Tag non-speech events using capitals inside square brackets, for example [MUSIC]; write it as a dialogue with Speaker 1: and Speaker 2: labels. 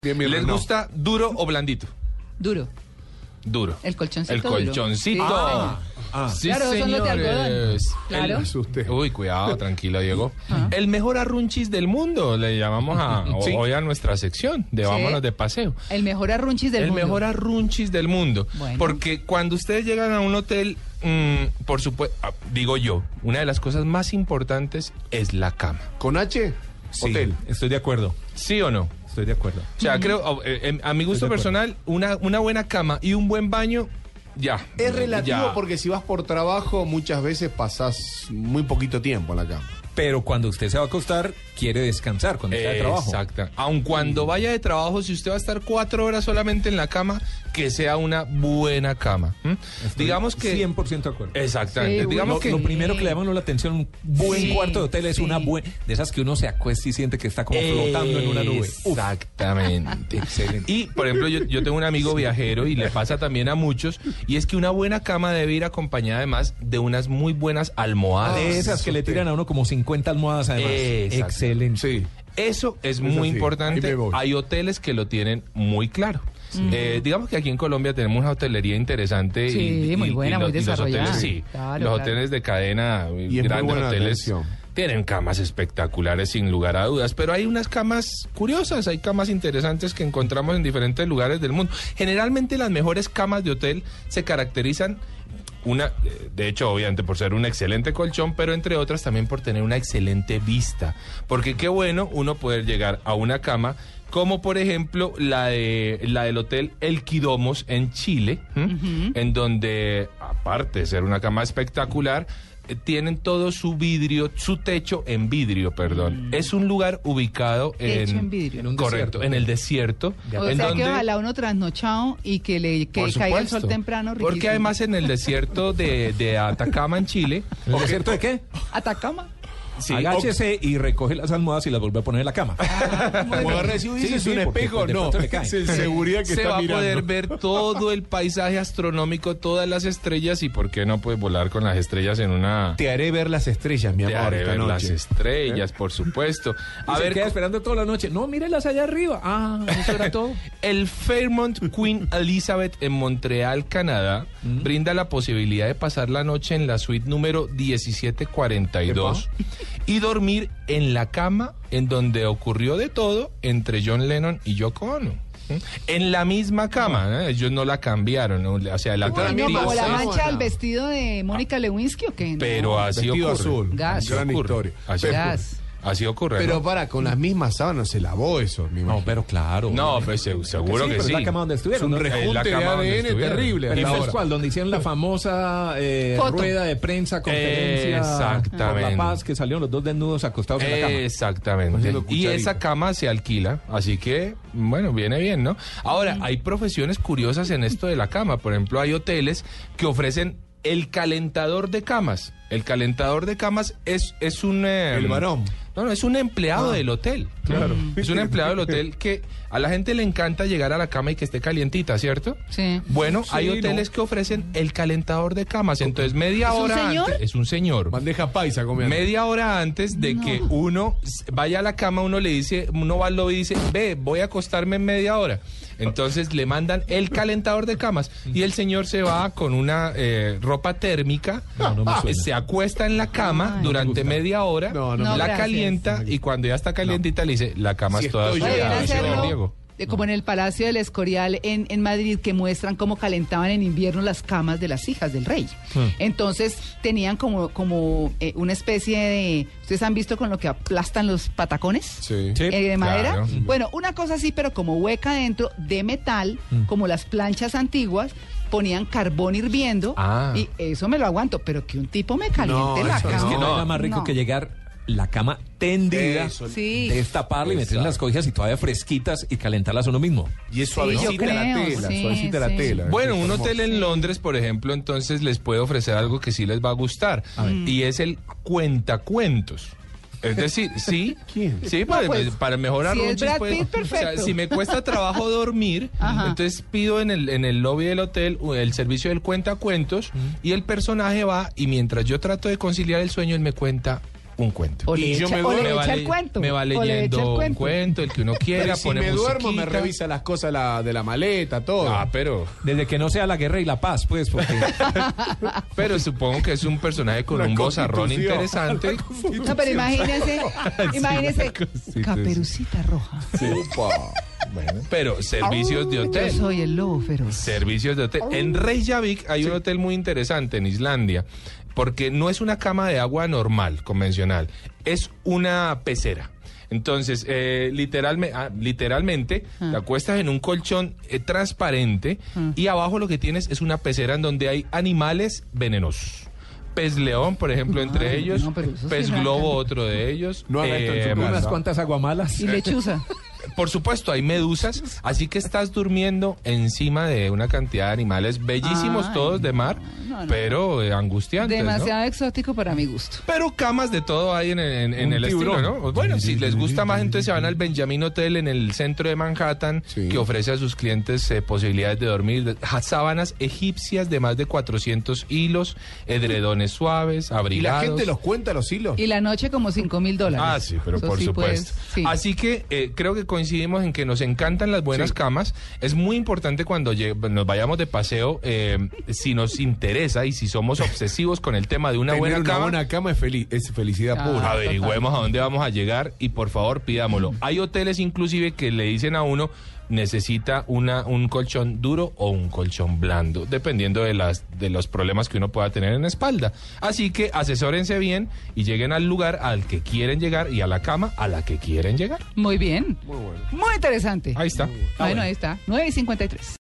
Speaker 1: Bien, bien,
Speaker 2: ¿Les
Speaker 1: no.
Speaker 2: gusta duro o blandito?
Speaker 3: Duro.
Speaker 2: Duro.
Speaker 3: El colchoncito
Speaker 2: El
Speaker 3: duro.
Speaker 2: colchoncito.
Speaker 3: Sí,
Speaker 2: Ah, sí,
Speaker 3: Claro, son los de algodón.
Speaker 2: señores.
Speaker 3: Claro. Ah.
Speaker 2: El-
Speaker 1: Asusté.
Speaker 2: Uy, cuidado, tranquilo, Diego. El mejor arrunchis del mundo, le llamamos a, o-
Speaker 1: Sí.
Speaker 2: hoy a nuestra sección de
Speaker 3: Sí.
Speaker 2: Vámonos de Paseo.
Speaker 3: El mejor arrunchis del
Speaker 2: el
Speaker 3: mundo.
Speaker 2: mejor arrunchis del mundo.
Speaker 3: Bueno.
Speaker 2: Porque cuando ustedes llegan a un hotel, mm, por supuesto, digo yo, una de las cosas más importantes es la cama.
Speaker 1: ¿Con H? Hotel.
Speaker 4: Estoy de acuerdo,
Speaker 2: ¿Sí o no?
Speaker 4: estoy de acuerdo.
Speaker 2: O sea, creo, o- eh, em, a mi gusto
Speaker 4: Estoy de acuerdo.
Speaker 2: personal, una, una buena cama y un buen baño, ya.
Speaker 1: Es relativo
Speaker 2: Ya.
Speaker 1: porque si vas por trabajo muchas veces pasás muy poquito tiempo en la cama.
Speaker 4: Pero cuando usted se va a acostar, quiere descansar cuando está de trabajo.
Speaker 2: Exacto. Aun cuando vaya de trabajo, si usted va a estar cuatro horas solamente en la cama, que sea una buena cama. ¿m?
Speaker 4: Estoy
Speaker 2: Digamos que...
Speaker 4: 100% de acuerdo.
Speaker 2: Exactamente.
Speaker 3: Sí, uy,
Speaker 2: Digamos
Speaker 4: Lo,
Speaker 2: que...
Speaker 4: lo primero que le llama a uno la atención, un buen
Speaker 3: Sí,
Speaker 4: cuarto de hotel es
Speaker 3: sí.
Speaker 4: una buena... De esas que uno se acuesta y siente que está como flotando en una nube. Uf,
Speaker 2: Exactamente.
Speaker 4: Excelente.
Speaker 2: Y, por ejemplo, yo, yo tengo un amigo viajero y le pasa también a muchos, y es que una buena cama debe ir acompañada además de unas muy buenas almohadas.
Speaker 4: Ah, de esas que le tiran a uno como 50 almohadas además.
Speaker 2: Ah, Exacto.
Speaker 4: Excelente.
Speaker 1: Sí.
Speaker 2: Eso es
Speaker 1: Es
Speaker 2: muy
Speaker 1: así, ahí me
Speaker 2: importante.
Speaker 1: voy.
Speaker 2: Hay hoteles que lo tienen muy claro. Eh, digamos que aquí en Colombia tenemos una hotelería interesante.
Speaker 3: Sí,
Speaker 2: y, y-
Speaker 3: muy
Speaker 2: y
Speaker 3: buena,
Speaker 2: los-
Speaker 3: muy
Speaker 2: y los hoteles,
Speaker 3: desarrollada.
Speaker 2: sí.
Speaker 3: Claro,
Speaker 2: los
Speaker 3: claro.
Speaker 2: hoteles de cadena,
Speaker 1: es muy
Speaker 2: grandes
Speaker 1: buena
Speaker 2: hoteles,
Speaker 1: atención.
Speaker 2: tienen camas espectaculares sin lugar a dudas. Pero hay unas camas curiosas, hay camas interesantes que encontramos en diferentes lugares del mundo. Generalmente las mejores camas de hotel se caracterizan una, eh, de hecho, obviamente por ser un excelente colchón, pero entre otras también por tener una excelente vista. Porque qué bueno uno poder llegar a una cama como por ejemplo la de la del hotel El Quidomos en Chile, ¿m? en donde aparte de ser una cama espectacular eh, tienen todo su vidrio, su techo en vidrio, perdón. Es un lugar ubicado
Speaker 3: Mm. Techo
Speaker 2: en,
Speaker 3: en vidrio.
Speaker 4: En un
Speaker 2: correcto,
Speaker 4: desierto.
Speaker 2: en el desierto,
Speaker 3: O
Speaker 2: en
Speaker 3: sea
Speaker 2: donde-
Speaker 3: que ojalá uno trasnochado y que le que
Speaker 2: por
Speaker 3: caiga el
Speaker 2: supuesto.
Speaker 3: sol temprano.
Speaker 2: Porque
Speaker 3: riquísimo.
Speaker 2: además en el desierto de, de Atacama, en Chile,
Speaker 4: ¿O cierto de qué?
Speaker 3: Atacama.
Speaker 2: sí,
Speaker 4: Agáchese y recoge las almohadas y las vuelve a poner en la cama.
Speaker 1: Como agarré, si
Speaker 4: Sí,
Speaker 1: hubiese
Speaker 4: sí,
Speaker 1: un
Speaker 4: porque
Speaker 1: espejo,
Speaker 4: de
Speaker 1: no.
Speaker 4: pronto le cae.
Speaker 1: [LAUGHS] Es el seguridad [LAUGHS] que
Speaker 2: se
Speaker 1: está
Speaker 2: va a
Speaker 1: mirando.
Speaker 2: poder ver todo el paisaje astronómico, todas las estrellas y por qué no puedes volar con las estrellas en una...
Speaker 1: Te haré ver las estrellas, mi
Speaker 2: Te
Speaker 1: amor,
Speaker 2: haré
Speaker 1: esta
Speaker 2: ver las
Speaker 1: noche. Eh,
Speaker 2: estrellas, por supuesto.
Speaker 4: A
Speaker 2: A ver,
Speaker 4: queda esperando toda la noche. No, mírelas allá arriba. Ah, eso era todo.
Speaker 2: El Fairmont Queen Elizabeth en Montreal, Canadá, brinda la posibilidad de pasar la noche en la suite número 1742 y dormir en la cama en donde ocurrió de todo entre John Lennon y Yoko Ono. ¿Mm? En la misma cama, ¿eh? ellos no la cambiaron, ¿no? o sea, la
Speaker 1: Uy, no,
Speaker 3: Uy, no,
Speaker 2: transmitieron,
Speaker 3: como la
Speaker 1: Dios.
Speaker 3: mancha del vestido de Mónica Lewinsky o qué. No.
Speaker 2: pero así
Speaker 1: Vestido
Speaker 2: ocurre.
Speaker 1: azul,
Speaker 3: Gas.
Speaker 2: Así
Speaker 1: gran
Speaker 2: ocurre.
Speaker 1: historia.
Speaker 2: Así
Speaker 1: Pero-
Speaker 2: ocurre.
Speaker 3: Gas.
Speaker 2: Así ocurre. ¿no?
Speaker 1: Pero para, con las mismas sábanas se lavó eso, mi
Speaker 4: No,
Speaker 1: amor.
Speaker 4: pero claro.
Speaker 2: No, pues, se- seguro que
Speaker 4: pero
Speaker 2: sí.
Speaker 4: Es la cama donde
Speaker 1: Es
Speaker 4: estuvieron. eh,
Speaker 1: un
Speaker 4: ¿no?
Speaker 2: re-
Speaker 1: rejunte de
Speaker 2: cama donde
Speaker 1: ADN
Speaker 2: estuvieron.
Speaker 1: terrible. a
Speaker 4: Pero
Speaker 1: la
Speaker 4: ¿sabes
Speaker 1: hora.
Speaker 4: cuál? Donde hicieron la famosa eh,
Speaker 3: Foto.
Speaker 4: rueda de prensa, conferencia.
Speaker 2: Exactamente.
Speaker 4: Por la paz, que salieron los dos desnudos acostados en la cama.
Speaker 2: Exactamente.
Speaker 1: Haciendo
Speaker 2: Y
Speaker 1: cucharita.
Speaker 2: esa cama se alquila, así que, bueno, viene bien, ¿no? Ahora, hay profesiones curiosas en esto de la cama. Por ejemplo, hay hoteles que ofrecen el calentador de camas. El calentador de camas es, es un... eh,
Speaker 1: El varón. Ah.
Speaker 2: No, no, es un empleado del hotel.
Speaker 1: Claro.
Speaker 2: Es un empleado del hotel que a la gente le encanta llegar a la cama y que esté calientita, ¿cierto?
Speaker 3: Sí.
Speaker 2: Bueno, hay
Speaker 1: Sí, ¿no?
Speaker 2: hoteles que ofrecen el calentador de camas. Entonces, media
Speaker 3: ¿Es un
Speaker 2: hora
Speaker 3: señor?
Speaker 2: antes- Es un señor.
Speaker 1: Bandeja paisa comiendo.
Speaker 2: Media hora antes de que uno s- vaya a la cama, uno le dice, uno va al lobby y dice, ve, voy a acostarme en media hora. Entonces le mandan el calentador de camas y el señor se va con una eh, ropa térmica,
Speaker 4: No, no me suena.
Speaker 2: se acuesta en la cama
Speaker 3: Ay.
Speaker 2: durante media hora,
Speaker 1: No, no,
Speaker 3: No,
Speaker 2: la
Speaker 3: gracias.
Speaker 2: calienta y cuando ya está calientita le dice, la cama
Speaker 1: Si
Speaker 2: es toda
Speaker 1: estoy
Speaker 2: suya,
Speaker 1: llegando,
Speaker 3: Deberían
Speaker 1: Claro,
Speaker 2: señor
Speaker 1: llegó.
Speaker 3: hacerlo
Speaker 2: Diego".
Speaker 3: eh, como en el Palacio del Escorial en, en Madrid, que muestran cómo calentaban en invierno las camas de las hijas del rey.
Speaker 2: Hmm.
Speaker 3: Entonces tenían como, como eh, una especie de... ¿Ustedes han visto con lo que aplastan los patacones?
Speaker 1: Sí.
Speaker 4: Sí.
Speaker 3: eh, de madera.
Speaker 2: claro.
Speaker 4: Mm.
Speaker 3: Bueno, una cosa así, pero como hueca dentro, de metal,
Speaker 4: Mm.
Speaker 3: como las planchas antiguas, ponían carbón hirviendo
Speaker 2: Ah.
Speaker 3: y eso me lo aguanto, pero que un tipo me caliente
Speaker 1: No,
Speaker 3: la
Speaker 1: eso
Speaker 3: cama.
Speaker 4: Es que no,
Speaker 2: No,
Speaker 4: era más rico
Speaker 3: no.
Speaker 4: que llegar la cama tendida,
Speaker 1: Eso.
Speaker 3: Sí.
Speaker 4: destaparla y meter
Speaker 1: Exacto.
Speaker 4: las cobijas y todavía fresquitas y calentarlas uno mismo.
Speaker 1: Y es
Speaker 3: Sí,
Speaker 1: suavecita
Speaker 3: yo creo,
Speaker 1: la tela,
Speaker 3: sí,
Speaker 1: suavecita la
Speaker 3: sí.
Speaker 1: tela.
Speaker 2: Bueno, un
Speaker 1: Hermoso.
Speaker 2: hotel en Londres, por ejemplo, entonces les puede ofrecer algo que sí les va a gustar. Y es el cuentacuentos. Es decir,
Speaker 1: [LAUGHS]
Speaker 2: sí,
Speaker 1: ¿Quién?
Speaker 2: sí, para,
Speaker 3: pues,
Speaker 2: para mejorar
Speaker 3: si es Brad
Speaker 2: [LAUGHS]
Speaker 3: Pitt,
Speaker 2: O sea,
Speaker 3: perfecto.
Speaker 2: si me cuesta
Speaker 3: [LAUGHS]
Speaker 2: trabajo dormir,
Speaker 3: Ajá.
Speaker 2: entonces pido en el, en el lobby del hotel u- el servicio del cuentacuentos y el personaje va y mientras yo trato de conciliar el sueño, él me cuenta un cuento.
Speaker 3: O le
Speaker 1: Y yo
Speaker 3: echa-
Speaker 1: me
Speaker 3: o
Speaker 1: voy-
Speaker 3: le
Speaker 1: me
Speaker 3: echa
Speaker 2: va
Speaker 3: el
Speaker 2: le-
Speaker 3: cuento.
Speaker 2: Me va
Speaker 3: o le echa
Speaker 2: leyendo
Speaker 3: el
Speaker 2: un
Speaker 3: cuento.
Speaker 2: cuento, el que uno
Speaker 1: [LAUGHS] Pero
Speaker 2: quiera,
Speaker 1: si
Speaker 2: pone
Speaker 1: me duermo, me
Speaker 2: musiquita.
Speaker 1: revisa las cosas la- de la maleta, todo.
Speaker 2: Ah, pero,
Speaker 4: Desde que no sea la guerra y la paz, pues,
Speaker 2: [LAUGHS]
Speaker 4: porque [LAUGHS]
Speaker 2: pero supongo que es un personaje con
Speaker 1: La
Speaker 2: un vozarrón
Speaker 1: constitución. [LAUGHS]
Speaker 2: interesante.
Speaker 3: No,
Speaker 4: [LAUGHS]
Speaker 3: pero imagínense, imagínense,
Speaker 2: Constitución.
Speaker 3: caperucita roja.
Speaker 1: Upa.
Speaker 2: Bueno, pero servicios de
Speaker 3: Yo
Speaker 2: hotel.
Speaker 3: soy el lobo feroz.
Speaker 2: Servicios de hotel. En Reykjavik hay un hotel muy interesante en Islandia, porque no es una cama de agua normal, convencional, es una pecera. Entonces, eh, literalme- ah, literalmente,
Speaker 3: Ah.
Speaker 2: te acuestas en un colchón eh, transparente y abajo lo que tienes es una pecera en donde hay animales venenosos. Pez león, por ejemplo, entre
Speaker 3: Ay,
Speaker 2: ellos.
Speaker 3: no, pero eso sí
Speaker 2: pez
Speaker 3: no
Speaker 2: globo,
Speaker 3: alcanza.
Speaker 2: otro de ellos.
Speaker 1: No haga esto en su
Speaker 2: eh,
Speaker 1: casa.
Speaker 4: unas
Speaker 1: Verdad.
Speaker 4: cuantas aguamalas.
Speaker 3: Y
Speaker 4: [LAUGHS]
Speaker 3: lechuza.
Speaker 2: por supuesto, hay medusas, así que estás durmiendo encima de una cantidad de animales bellísimos
Speaker 3: Ay,
Speaker 2: todos de mar,
Speaker 3: no, no, no.
Speaker 2: pero eh, angustiantes, ¿no?
Speaker 3: Demasiado exótico para mi gusto.
Speaker 2: Pero camas de todo hay en, en- en
Speaker 4: Un
Speaker 2: el
Speaker 4: tiburón.
Speaker 2: estilo, ¿no? Bueno, si les gusta más, entonces se van al Benjamin Hotel en el centro de Manhattan,
Speaker 1: Sí.
Speaker 2: que ofrece a sus clientes eh, posibilidades de dormir. de- ja- Sábanas egipcias de más de 400 hilos, edredones suaves,
Speaker 1: ¿Y
Speaker 2: abrigados.
Speaker 1: la gente los cuenta los hilos?
Speaker 3: Y la noche como cinco mil dólares.
Speaker 2: Ah, sí, pero
Speaker 3: Eso
Speaker 2: por
Speaker 3: sí, pues,
Speaker 2: supuesto.
Speaker 3: sí.
Speaker 2: Así que eh, creo que coincidimos en que nos encantan las buenas
Speaker 1: Sí.
Speaker 2: camas. Es muy importante cuando lle- nos vayamos de paseo, eh, si nos interesa y si somos obsesivos con el tema de una
Speaker 1: Tener
Speaker 2: buena cama,
Speaker 1: buena cama es, feliz, es felicidad
Speaker 3: Ah.
Speaker 1: pura.
Speaker 2: averigüemos a dónde vamos a llegar y por favor pidámoslo. Hay hoteles inclusive que le dicen a uno necesita una un colchón duro o un colchón blando, dependiendo de las de los problemas que uno pueda tener en la espalda. Así que asesórense bien y lleguen al lugar al que quieren llegar y a la cama a la que quieren llegar.
Speaker 3: Muy bien.
Speaker 1: Muy bueno.
Speaker 3: Muy interesante.
Speaker 2: Ahí está.
Speaker 3: bueno, ahí está. 9 y 53.